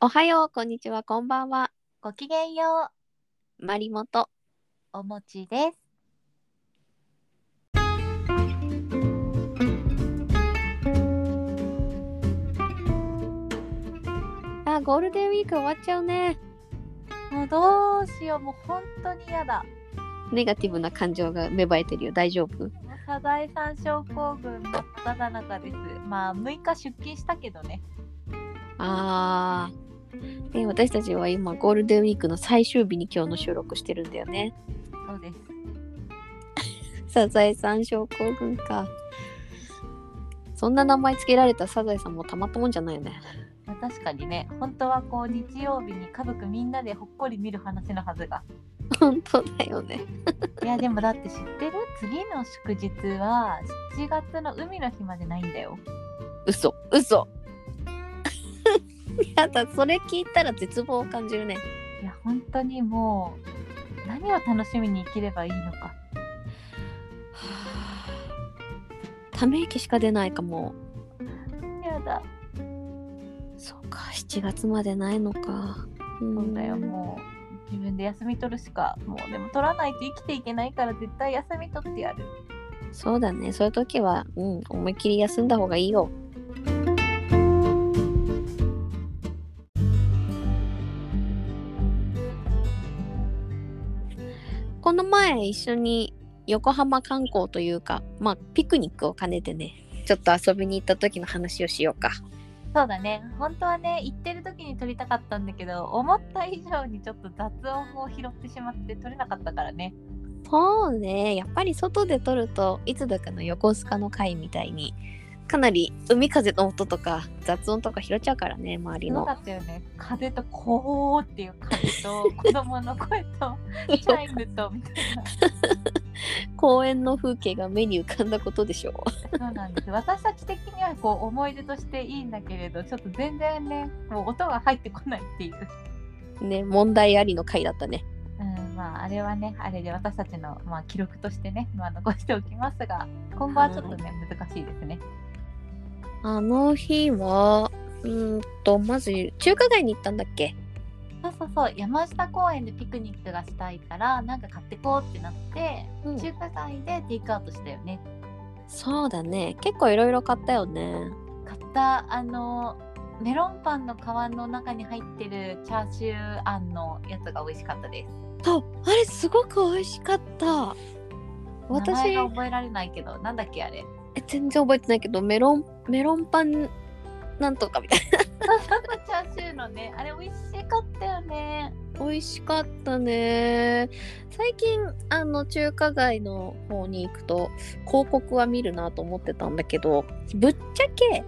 おはよう、こんにちは、こんばんは。ごきげんよまりもと。う、おもちです。あ、ゴールデンウィーク終わっちゃうね。もうどうしよう、もう本当に嫌だ。ネガティブな感情が芽生えてるよ。大丈夫もうサザエさん症候群のただ中です。まあ、6日出勤したけどね。あー。え私たちは今ゴールデンウィークの最終日に今日の収録してるんだよね。そうです。サザエさん症候群か。そんな名前つけられたサザエさんもたまったもんじゃないよね。 まあ確かにね、本当はこう、日曜日に家族みんなでほっこり見る話のはずが。本当だよね。いや、でもだって知ってる次の祝日は7月の海の日までないんだよ。嘘、嘘。 やだ、それ聞いたら絶望を感じるね。いや、本当にもう、何を楽しみに生きればいいのか。ため息しか出ないかも。やだ。そうか、7月までないのか。そうだよもう自分で休み取るしかもうでも取らないと生きていけないから絶対休み取ってやるうん。そうだね、そういう時は、うん、思いっきり休んだ方がいいよ。この前一緒に横浜観光というか、まあピクニックを兼ねてね、ちょっと遊びに行った時の話をしようか。そうだね本当はね行ってる時に撮りたかったんだけど思った以上にちょっと雑音を拾ってしまって撮れなかったからねそうねやっぱり外で撮るといつだかの横須賀の回みたいにかなり海風の音とか雑音とか拾っちゃうからね周りすごのかったよね風と「こう」っていう風 と子供の声とチャイムとみたい公園の風景が目に浮かんだことでしょうなそうなんです私たち的にはこう思い出としていいんだけれどちょっと全然ねもう音が入ってこないっていうね問題ありの回だったねうん、まああれはねあれで私たちの、まあ、記録としてね、まあ、残しておきますが今後はちょっとね、難しいですねあの日はうーんとまず中華街に行ったんだっけそうそうそう山下公園でピクニックがしたいからなんか買ってこうってなって、うん中華街でテイクアウトしたよねそうだね結構いろいろ買ったよね買ったあのメロンパンの皮の中に入ってるチャーシューあんのやつが美味しかったですああれすごく美味しかった名私前が覚えられないけどなんだっけあれえ全然覚えてないけどメロンメロンパンなんとかみたいなチャーシューのねあれ美味しかったよね美味しかったね最近あの中華街の方に行くと広告は見るなと思ってたんだけどぶっちゃけ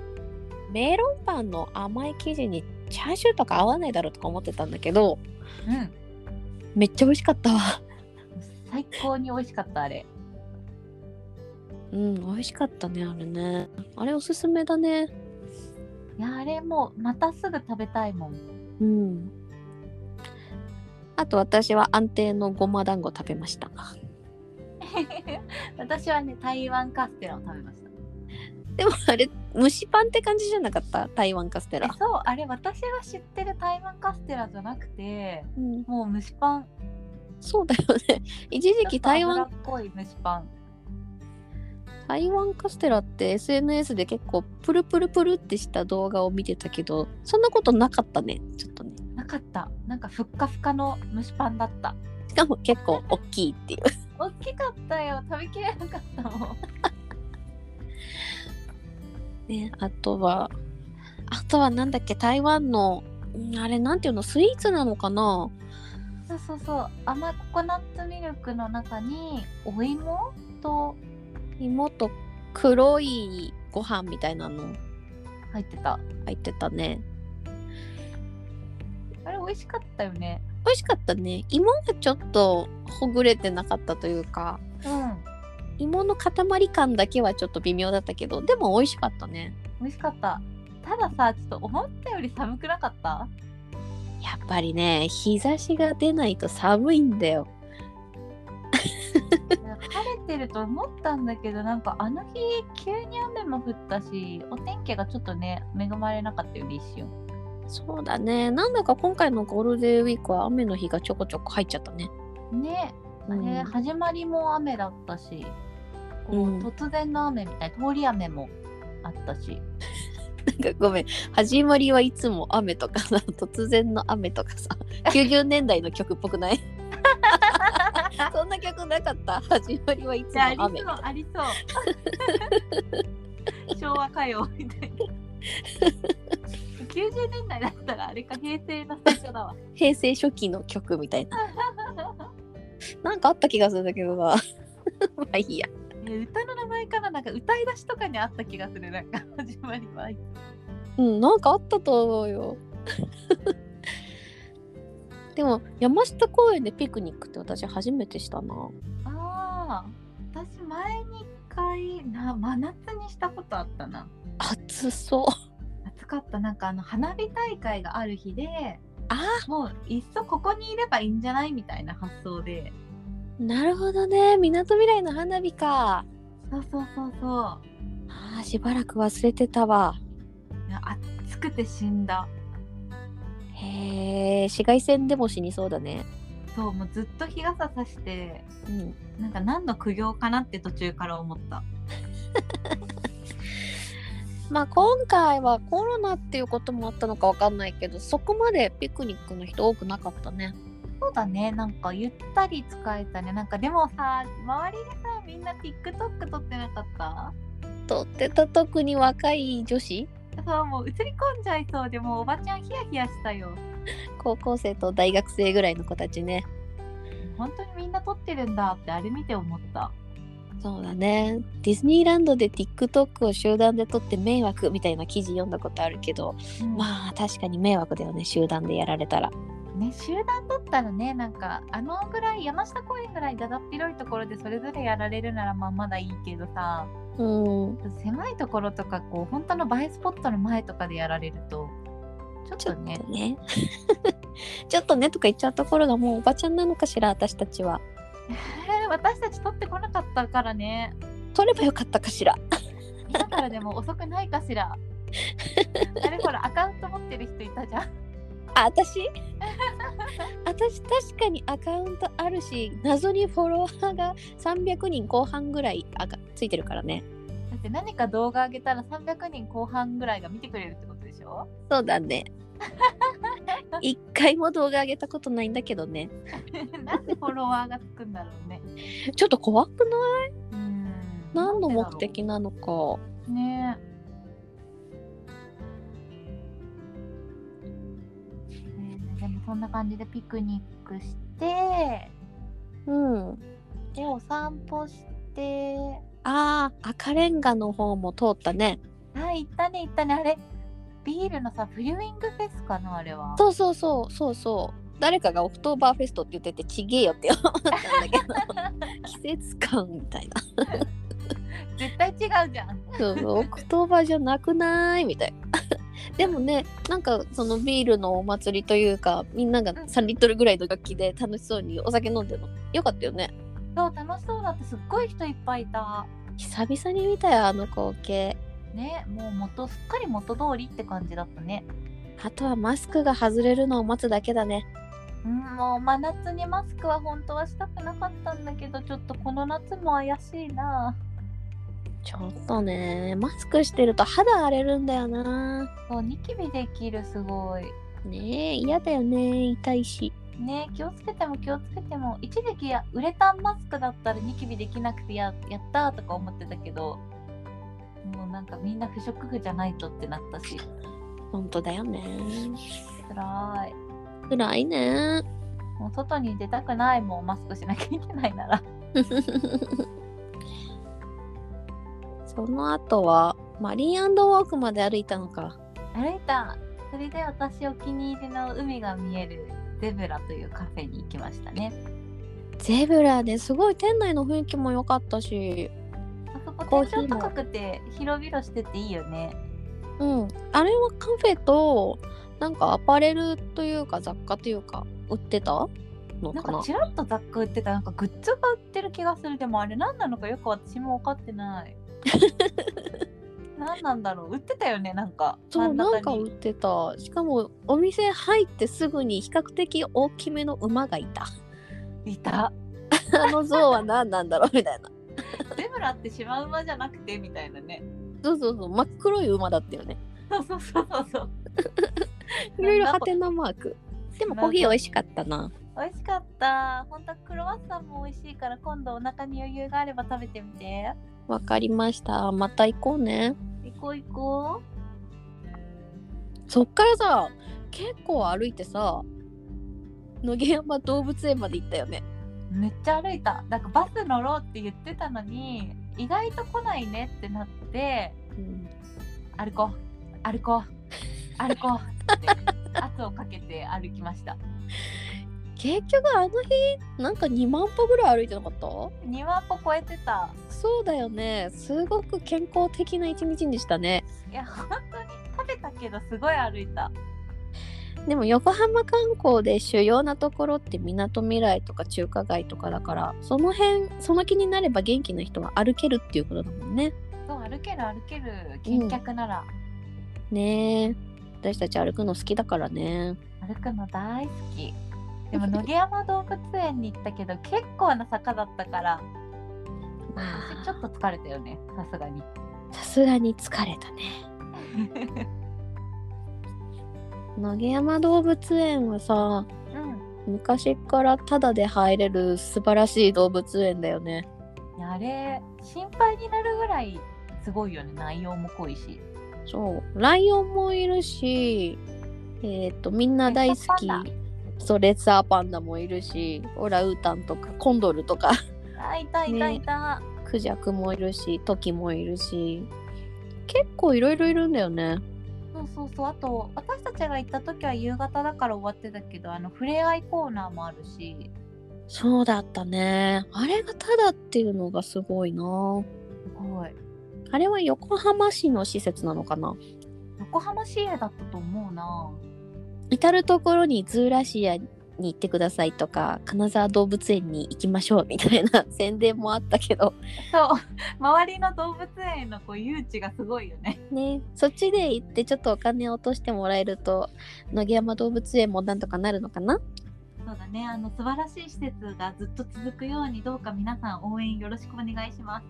メロンパンの甘い生地にチャーシューとか合わないだろうとか思ってたんだけどうんめっちゃ美味しかったわ最高に美味しかったあれうん美味しかったねあれねあれおすすめだねいやあれもうまたすぐ食べたい もんうんあと私は安定のごま団子食べました私はね台湾カステラを食べましたでもあれ蒸しパンって感じじゃなかった台湾カステえラ、そうあれ私が知ってる台湾カステラじゃなくてうん、もう蒸しパンそうだよね。 一時期台ちょっ湾と油っぽい蒸しパン台湾カステラって SNS で結構プルプルプルってした動画を見てたけど、そんなことなかったね。ちょっとね。なかったなんかふっかふかの蒸しパンだったしかも結構大きい っていう。大きかったよ食べきれなかったもんね、あとは、あとはなんだっけ、台湾の、うんあれなんていうの、スイーツなのかなそうそうそう甘いココナッツミルクの中にお芋と芋と黒いご飯みたいなの入ってた入ってたね。あれ美味しかったよね美味しかったね。芋がちょっとほぐれてなかったというか、うん芋の塊感だけはちょっと微妙だったけどでも美味しかったね美味しかったたださちょっと思ったより寒くなかったやっぱりね日差しが出ないと寒いんだよいや晴れてると思ったんだけどなんかあの日急に雨も降ったしお天気がちょっとね恵まれなかったよね一瞬そうだねなんだか今回のゴールデンウィークは雨の日がちょこちょこ入っちゃったね、 ねあうれ、ん始まりも雨だったしこう、うん突然の雨みたい通り雨もあった しなんかごめん始まりはいつも雨とかさ 突然の雨とか さ90年代の曲っぽくない そんな曲なかった始まりはいつも雨うありそう 昭和歌謡みたいな 90年代だったらあれか平成の最初だわ平成初期の曲みたいななんかあった気がするんだけどな まあいいやいや歌の名前からなんか歌い出しとかにあった気がするなんか始まりはうんなんかあったと思うよでも山下公園でピクニックって私初めてしたなああ私前に一回な真夏にしたことあったな暑そう暑かったなんかあの花火大会がある日であもういっそここにいればいいんじゃないみたいな発想でなるほどねみなとみらいの花火かそうそうそうそあーしばらく忘れてたわういや暑くて死んだへえ紫外線でも死にそうだねそうもうずっと日傘さしてうんなんか何の苦行かなって途中から思ったまあ今回はコロナっていうこともあったのかわかんないけどそこまでピクニックの人多くなかったねそうだねなんかゆったり使えたねなんかでもさ周りでさみんな TikTok 撮ってなかったとってた特に若い女子そうもう映り込んじゃいそうでもうおばちゃんヒヤヒヤしたよ高校生と大学生ぐらいの子たちね本当にみんな撮ってるんだってあれ見て思ったそうだねディズニーランドで TikTok を集団で撮って迷惑みたいな記事読んだことあるけどうんまあ確かに迷惑だよね集団でやられたらね集団だったらねなんかあのぐらい山下公園ぐらいだだっ広いところでそれぞれやられるならまあまだいいけどさうん狭いところとかこう本当の映えスポットの前とかでやられるとちょっちょとっとねね ちょっとねとか言っちゃうところがもうおばちゃんなのかしら私たちはえー 私たち撮ってこなかったからね撮ればよかったかしら今からでも遅くないか しらあれほらアカウント持ってる人いたじゃんあ私 私確かにアカウントあるし謎にフォロワーが300人後半ぐらいあがついてるからねだって何か動画上げたら300人後半ぐらいが見てくれるってことでしょ そうだ ね一回も動画上げたことないんだけどねなんでフォロワーがつくんだろうねちょっと怖くないうーん何のなんでだろ目う的なのかねえ。でもそんな感じでピクニックしてうんでお散歩してあー赤レンガの方も通ったねあ行ったね行ったねあれビールのさフリューイングフェスかなあれはそうそうそうそうそう誰かがオクトーバーフェストって言っててちげえよって思ったんだけど 季節感みたいな絶対違うじゃんそうそうオクトーバーじゃなくないみたいな でもねなんかそのビールのお祭りというかみんなが3リットルぐらいの楽器で楽しそうにお酒飲んでるのよかったよねそう楽しそうだってすっごい人いっぱいいた久々に見たよあの光景ねもう元すっかり元通りって感じだったねあとはマスクが外れるのを待つだけだねうんもう真夏にマスクは本当はしたくなかったんだけどちょっとこの夏も怪しいなちょっとねマスクしてると肌荒れるんだよなそうニキビできるすごいねえ嫌だよね痛いしね気をつけても気をつけても一時期やウレタンマスクだったらニキビできなくてややったーとか思ってたけどもうなんかみんな不織布じゃないとってなったし本当だよね辛い暗いね もう外に出たくないもうマスクしなきゃいけないならその後はマリンウォークまで歩いたのか歩いたそれで私お気に入りの海が見えるゼブラというカフェに行きましたねゼブラですごい店内の雰囲気も良かったしあそコこー天ヒー井も高くて広々してていいよねうんあれはカフェとなんかアパレルというか雑貨というか売ってたのなかんかなちらっと雑貨売ってたなんかグッズ が売ってる気がするでもあれ何なのかよく私も分かってないな何なんだろう売ってたよねなんかそう真なん中かに売ってたしかもお店入ってすぐに比較的大きめの馬がい たいたあの像は何なんだろうみたいなゼブラってシマウマじゃなくてみたいなねそうそうそう真っ黒い馬だったよねそうそうそうそうそういろいろなんハかテナマークでもコーヒー美味しかったな美味しかった本当クロワッサンも美味しいから今度お腹に余裕があれば食べてみてわかりましたまた行こうね行こう行こそっからさ結構歩いてさ野毛山動物園まで行ったよねうめっちゃ歩いたなんかバス乗ろうって言ってたのに意外と来ないねってなってうん歩こう歩こう歩こうって圧をかけて歩きました結局あの日なんか2万歩ぐらい歩いてなかった2万歩超えてたそうだよねすごく健康的な一日でしたねいや本当に食べたけどすごい歩いたでも横浜観光で主要なところってみなとみらいとか中華街とかだからその辺その気になれば元気な人は歩けるっていうことだもんねそう歩ける歩ける近脚なら、ねえ私たち歩くの好きだからね歩くの大好きでも野毛山動物園に行ったけど結構な坂だったから私ちょっと疲れたよねさすがにさすがに疲れたね野毛山動物園はさうん昔からタダで入れる素晴らしい動物園だよねいやあれ心配になるぐらいすごいよね内容も濃いしそうライオンもいるしえっ、とみんな大好きレッサーパそうレッサーパンダもいるしオランウータンとかコンドルとか あいたいたねいた、クジャクもいるしトキもいるし結構いろいろいるんだよねそうそうそうあと私たちが行った時は夕方だから終わってたけどあの触れ合いコーナーもあるしそうだったねあれがタダっていうのがすごいなすごいあれは横浜市の施設なのかな横浜市営だったと思うな至る所にズーラシアに行ってくださいとか金沢動物園に行きましょうみたいな 宣伝もあったけどそう周りの動物園のこう誘致がすごいよねねそっちで行ってちょっとお金を落としてもらえると野毛山動物園もなんとかなるのかなそうだねあの素晴らしい施設がずっと続くようにどうか皆さん応援よろしくお願いしま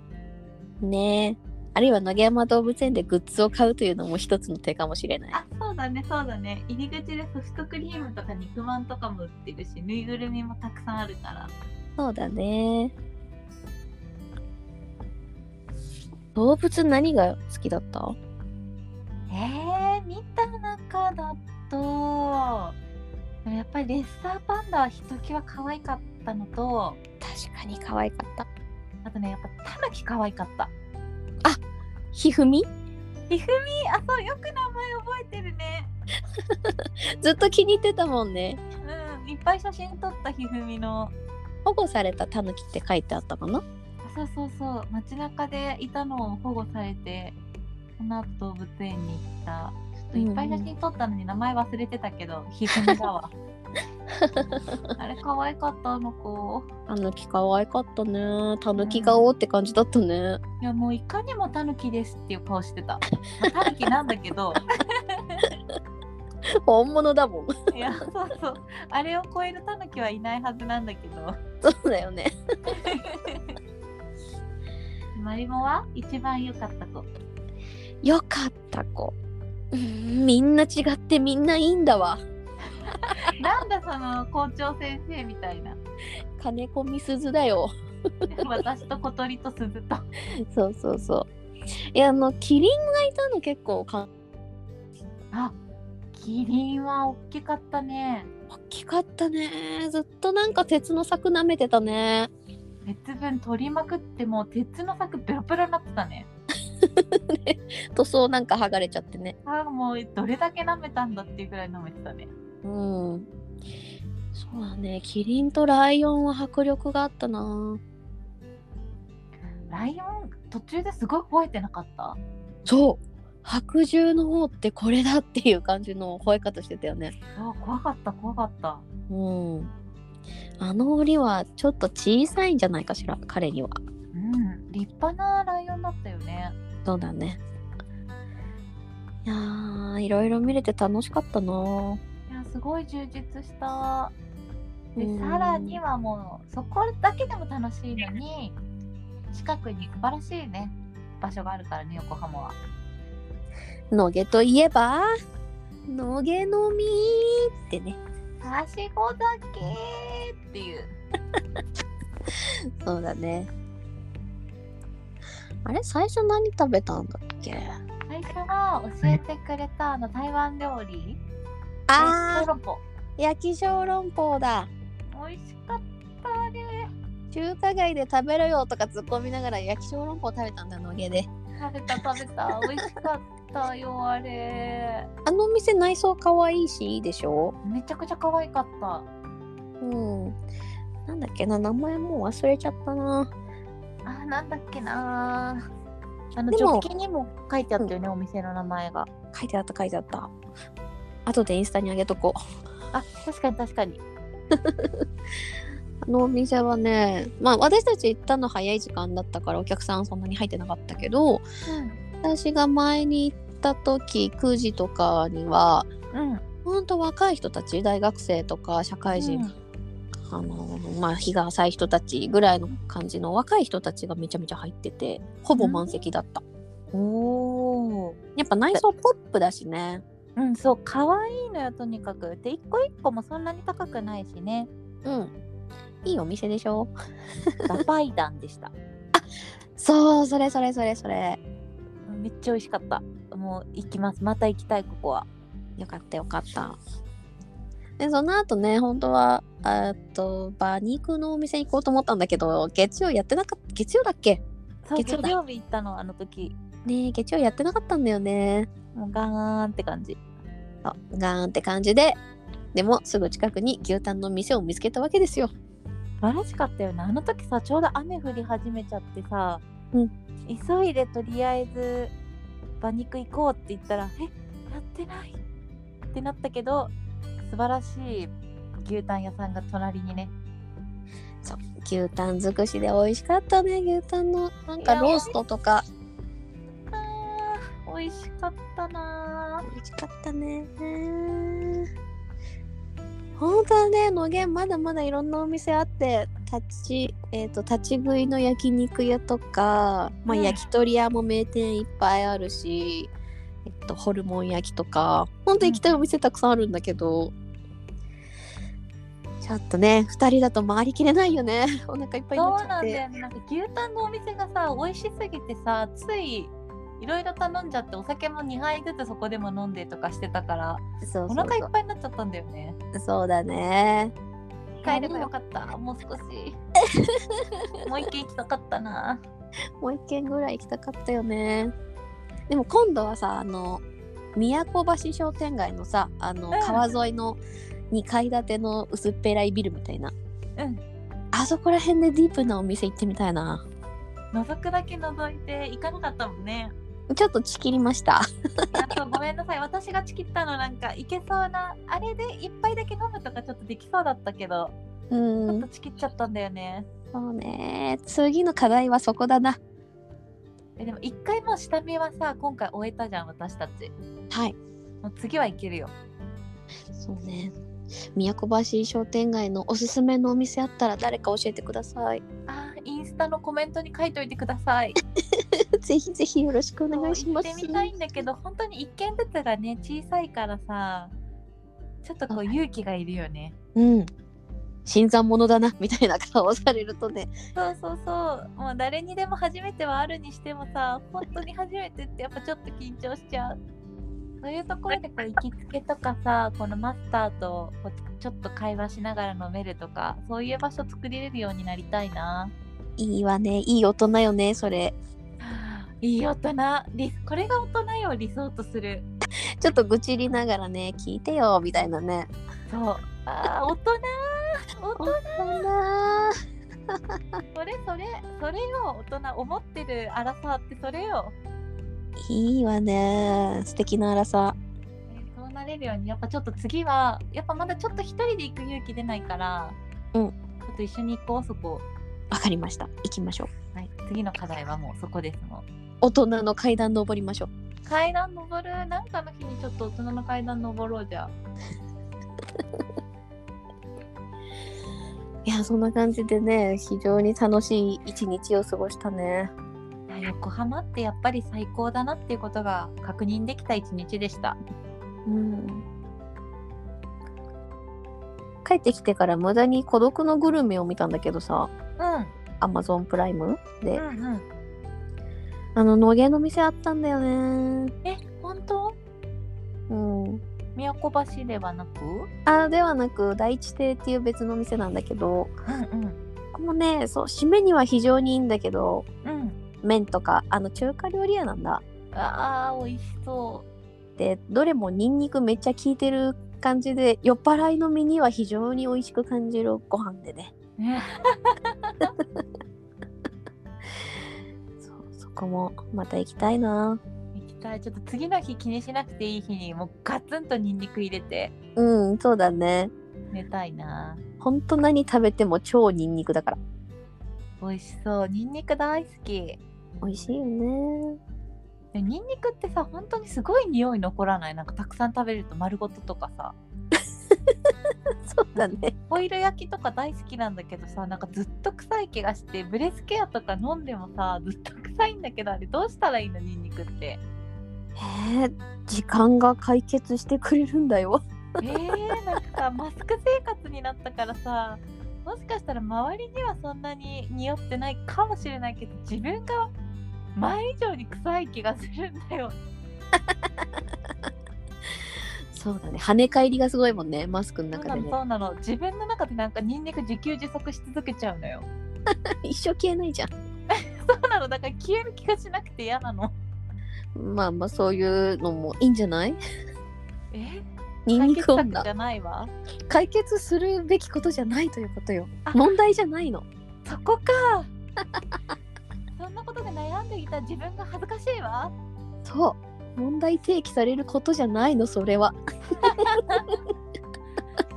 すねあるいは野毛山動物園でグッズを買うというのも一つの手かもしれないあそうだねそうだね入り口でソフトクリームとか肉まんとかも売ってるしぬいぐるみもたくさんあるからそうだね動物何が好きだったえー、見た中だとでもやっぱりレッサーパンダはひときわ可愛かったのと確かに可愛かったあとねやっぱタヌキ可愛かったひふみ ひふみあそうよく名前覚えてるねずっと気に入ってたもんねうん、いっぱい写真撮ったひふみの保護されたタヌキって書いてあったかなあそうそうそう街中でいたのを保護されてその後動物園に行ったちょっといっぱい写真撮ったのに名前忘れてたけど、ひふみだわあれ可愛かったあの子タヌキ可愛かったねタヌキ顔って感じだったね、 いやもういかにもタヌキですっていう顔してた、まあタヌキなんだけど本物だもん いやそうそうあれを超えるタヌキはいないはずなんだけどそうだよねマリモは一番良かった子よかった子うんみんな違ってみんないいんだわなんだその校長先生みたいな金子みすずだよ私と小鳥と鈴とそうそうそういやあのキリンがいたの結構かんあキリンは大きかったね大きかったねずっとなんか鉄の柵舐めてたね鉄分取りまくってもう鉄の柵ベロベロになってたね塗装なんか剥がれちゃってねあもうどれだけ舐めたんだっていうぐらい舐めてたねうんそうだねキリンとライオンは迫力があったなライオン途中ですごい吠えてなかったそう白獣の方ってこれだっていう感じの吠え方してたよねあ怖かった怖かったうん。あの檻はちょっと小さいんじゃないかしら、彼には。うん立派なライオンだったよねそうだね。いやーいろいろ見れて楽しかったないやすごい充実したでうんさらにはもうそこだけでも楽しいのに近くに素晴らしいね場所があるからね横浜は野毛といえば野毛のみーってねはしご酒っていうそうだねあれ最初何食べたんだっけ最初は教えてくれたあの台湾料理あロポー焼き小籠包だ美味しかったあれ中華街で食べろよとか突っ込みながら焼き小籠包食べたんだ野毛で食べた食べた美味しかったよあれあのお店内装可愛いしいいでしょめちゃくちゃ可愛かったうんなんだっけな名前もう忘れちゃったなあなんだっけなあのでも直近にも書いてあったよね、お店の名前が書いてあった書いてあった後でインスタにあげとこうあ確かに確かにあのお店はねまあ私たち行ったの早い時間だったからお客さんそんなに入ってなかったけど私が前に行った時9時とかにはうん、ほんと若い人たち大学生とか社会人、うんあのまあ日が浅い人たちぐらいの感じの若い人たちがめちゃめちゃ入っててほぼ満席だった、おおやっぱ内装ポップだしねうんそう可愛いのよとにかくで一個一個もそんなに高くないし ねうんいいお店でしょラパイダンでしたそうそれそれそれそれめっちゃ美味しかったもう行きますまた行きたいここはよかったよかった。でその後ね本当はあっと馬肉のお店に行こうと思ったんだけど月曜やってなかった月曜だっけそう月月曜だ曜日行ったのあの時ねえ月曜やってなかったんだよね。もうガーンって感じあガーンって感じででもすぐ近くに牛タンの店を見つけたわけですよ。素晴らしかったよねあの時さちょうど雨降り始めちゃってさ、うん急いでとりあえず馬肉行こうって言ったら「えやってない!」ってなったけど素晴らしい牛タン屋さんが隣にね牛タン尽くしで美味しかったね牛タンのなんかいやローストとかあー美味しかったな美味しかったね。本当はね、野毛まだまだいろんなお店あって立ち,、えー、と立ち食いの焼肉屋とか、まあ、うん焼き鳥屋も名店いっぱいあるし、えっと、ホルモン焼きとか本当行きたいお店たくさんあるんだけど、ちょっとね2人だと回りきれないよねお腹いっぱいになっそうちゃなっんてだよねなんか牛タンのお店がさ美味しすぎてさついいろいろ頼んじゃってお酒も2杯ずつそこでも飲んでとかしてたからそうおそう腹いっぱいになっちゃったんだよねそうそうだね帰ればよかったもう少し もう一軒行きたかったなもう一軒ぐらい行きたかったよね。でも今度はさ、あの、宮古橋商店街のさ、あのうん、川沿いの2階建ての薄っぺらいビルみたいな。うんあそこら辺でディープなお店行ってみたいな。覗くだけ覗いて行かなかったもんねちょっとちきりました。あとごめんなさい私がチキったのなんか行けそうなあれで一杯だけ飲むとかちょっとできそうだったけどうちょっと ん。チキっちゃったんだよねそうね。次の課題はそこだな。えでも一回もう下見はさ今回終えたじゃん私たちはい。もう次は行けるよそうね。宮古橋商店街のおすすめのお店あったら誰か教えてください。あーインスタのコメントに書いといてくださいぜひぜひよろしくお願いします。行ってみたいんだけど本当に一軒ずつがね小さいからさちょっとこう勇気がいるよねうん。新参者だなみたいな顔をされるとね。そうそうそうもう誰にでも初めてはあるにしてもさ本当に初めてってやっぱちょっと緊張しちゃうそういうところでこう行きつけとかさこのマスターとこうちょっと会話しながら飲めるとかそういう場所作れるようになりたいないいわね。いい大人よね、それ。いい大人リこれが大人よ理想とするちょっと愚痴りながらね、聞いてよ、みたいなね。そうあー大人大人それそれそれよ大人思ってる荒さってそれよいいわね。素敵な荒さ。ねそうなれるようにやっぱちょっと次はやっぱまだちょっと一人で行く勇気出ないから、うんちょっと一緒に行こうそこ、わかりました。行きましょう。はい、次の課題はもうそこですもん大人の階段登りましょう。階段登るなんかの日にちょっと大人の階段登ろうじゃいやそんな感じでね非常に楽しい一日を過ごしたねいや横浜ってやっぱり最高だなっていうことが確認できた一日でしたうん帰ってきてから無駄に孤独のグルメを見たんだけどさうんアマゾンプライムで、うんうんあの野毛の店あったんだよねえ本当うん宮古橋ではなくあではなく第一亭っていう別の店なんだけどうんうんここもねそう締めには非常にいいんだけどうん麺とかあの中華料理屋なんだあー美味しそでどれもニンニクめっちゃ効いてる感じで酔っ払いの身には非常に美味しく感じるご飯でねうねそうそこもまた行きたいな行きたいちょっと次の日気にしなくていい日にもうガツンとニンニク入れてうんそうだね寝たいなほんと何食べても超ニンニクだから美味しそうニンニク大好き美味しいよねでニンニクってさ本当にすごい匂い残らないなんかたくさん食べると丸ごととかさそうだねホイル焼きとか大好きなんだけどさなんかずっと臭い気がしてブレスケアとか飲んでもさずっと臭いんだけどあれどうしたらいいのニンニクってへえ時間が解決してくれるんだよえー、なんかさマスク生活になったからさもしかしたら周りにはそんなに匂ってないかもしれないけど自分が前以上に臭い気がするんだよ そうだね跳ね返りがすごいもんねマスクのそう中なでのねそうなの自分の中でなんかニンニク自給自足し続けちゃうのよ 一生消えないじゃんそうなのだから消える気がしなくて嫌なのまあまあそういうのもいいんじゃないえニンニク解決策女じゃないわ解決するべきことじゃないということよあ問題じゃないのそこかそんなことで悩んでいた自分が恥ずかしいわそう問題提起されることじゃないのそれは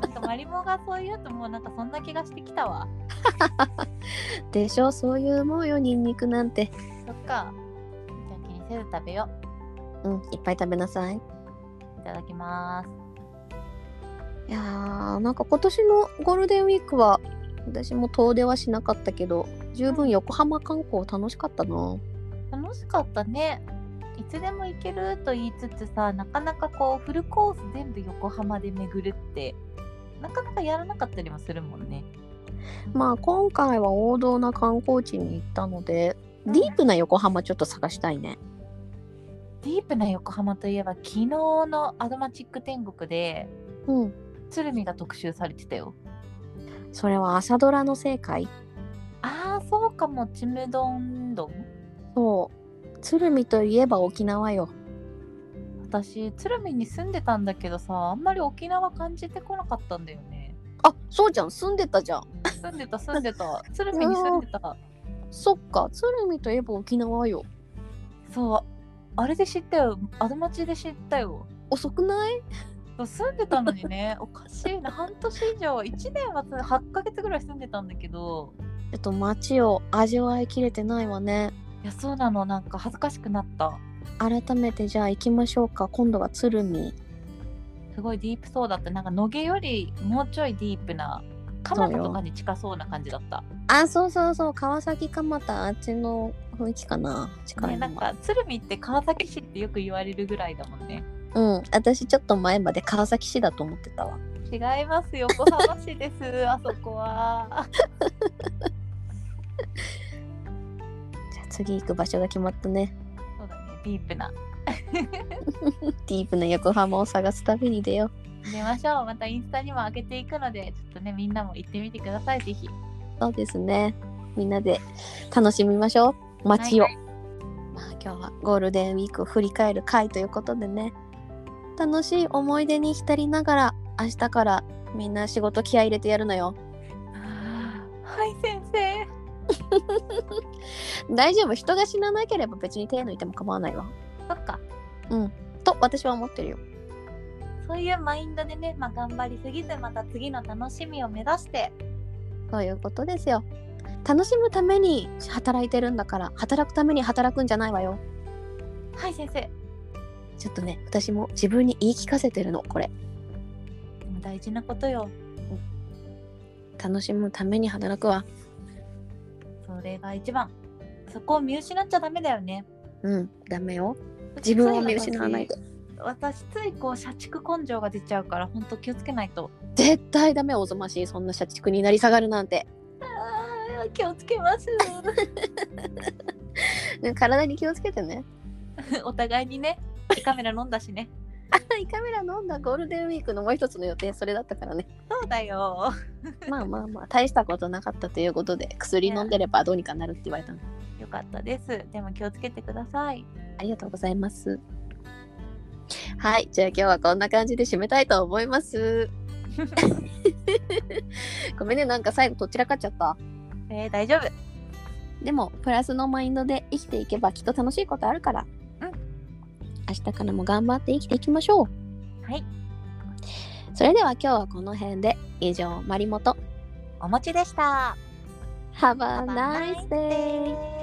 なんかマリモがそう言うともうなんかそんな気がしてきたわでしょそういうもんよニンニクなんてそっかじゃあ気にせず食べようんいっぱい食べなさいういただきますいやーなんか今年のゴールデンウィークは私も遠出はしなかったけど十分横浜観光楽しかったな楽しかったねいつでも行けると言いつつさなかなかこうフルコース全部横浜で巡るってなかなかやらなかったりもするもんねまあ今回は王道な観光地に行ったのでディープな横浜ちょっと探したいねディープな横浜といえば昨日のアドマチック天国でうん鶴見が特集されてたよそれは朝ドラの正解ああそうかもちむどんどんそう鶴見といえば沖縄よ私鶴見に住んでたんだけどさあんまり沖縄感じてこなかったんだよねあそうじゃん住んでたじゃん住んでた住んでた鶴見に住んでたそっか鶴見といえば沖縄よそうあれで知ったよアドマチで知ったよ遅くないそう住んでたのにねおかしいな半年以上1年は8ヶ月ぐらい住んでたんだけどちょっと街を味わいきれてないわねいやそうなのなんか恥ずかしくなった改めてじゃあ行きましょうか今度は鶴見すごいディープそうだったなんか野毛よりもうちょいディープな蒲田とかに近そうな感じだったあそうそうそう川崎蒲田あっちの雰囲気かな近ね、いなのんは、か鶴見って川崎市ってよく言われるぐらいだもんねうん私ちょっと前まで川崎市だと思ってたわ違います横浜市ですあそこはじゃあ次行く場所が決まったねそうだねディープなディープな横浜を探す旅に出よう出ましょうまたインスタにも上げていくのでちょっとねみんなも行ってみてくださいぜひそうですね。みんなで楽しみましょう。街を。はいまあ今日はゴールデンウィークを振り返る回ということでね。楽しい思い出に浸りながら、明日からみんな仕事気合い入れてやるのよ。はい先生大丈夫。人が死ななければ別に手抜いても構わないわ。そっかと私は思ってるよ。そういうマインドでね、まあ、頑張りすぎずまた次の楽しみを目指してそういうことですよ。楽しむために働いてるんだから、働くために働くんじゃないわよ。はい先生ちょっとね私も自分に言い聞かせてるのこれでも大事なことよ楽しむために働くわそれが一番そこを見失っちゃダメだよねうんダメよ自分を見失わないで私ついこう社畜根性が出ちゃうから本当気をつけないと絶対ダメおぞましいそんな社畜になり下がるなんて、あー気をつけます ね、体に気をつけてねお互いにねカメラ飲んだしねはいカメラ飲んだゴールデンウィークのもう一つの予定それだったからね そうだよまあまあまあ大したことなかったということで薬飲んでればどうにかなるって言われたのよかったですでも気をつけてくださいありがとうございますはいじゃあ今日はこんな感じで締めたいと思いますごめんねなんか最後とっちらかっちゃったえー、大丈夫でもプラスのマインドで生きていけばきっと楽しいことあるからうん明日からも頑張って生きていきましょうはいそれでは今日はこの辺で以上マリモとお餅でした Have a Have a nice day!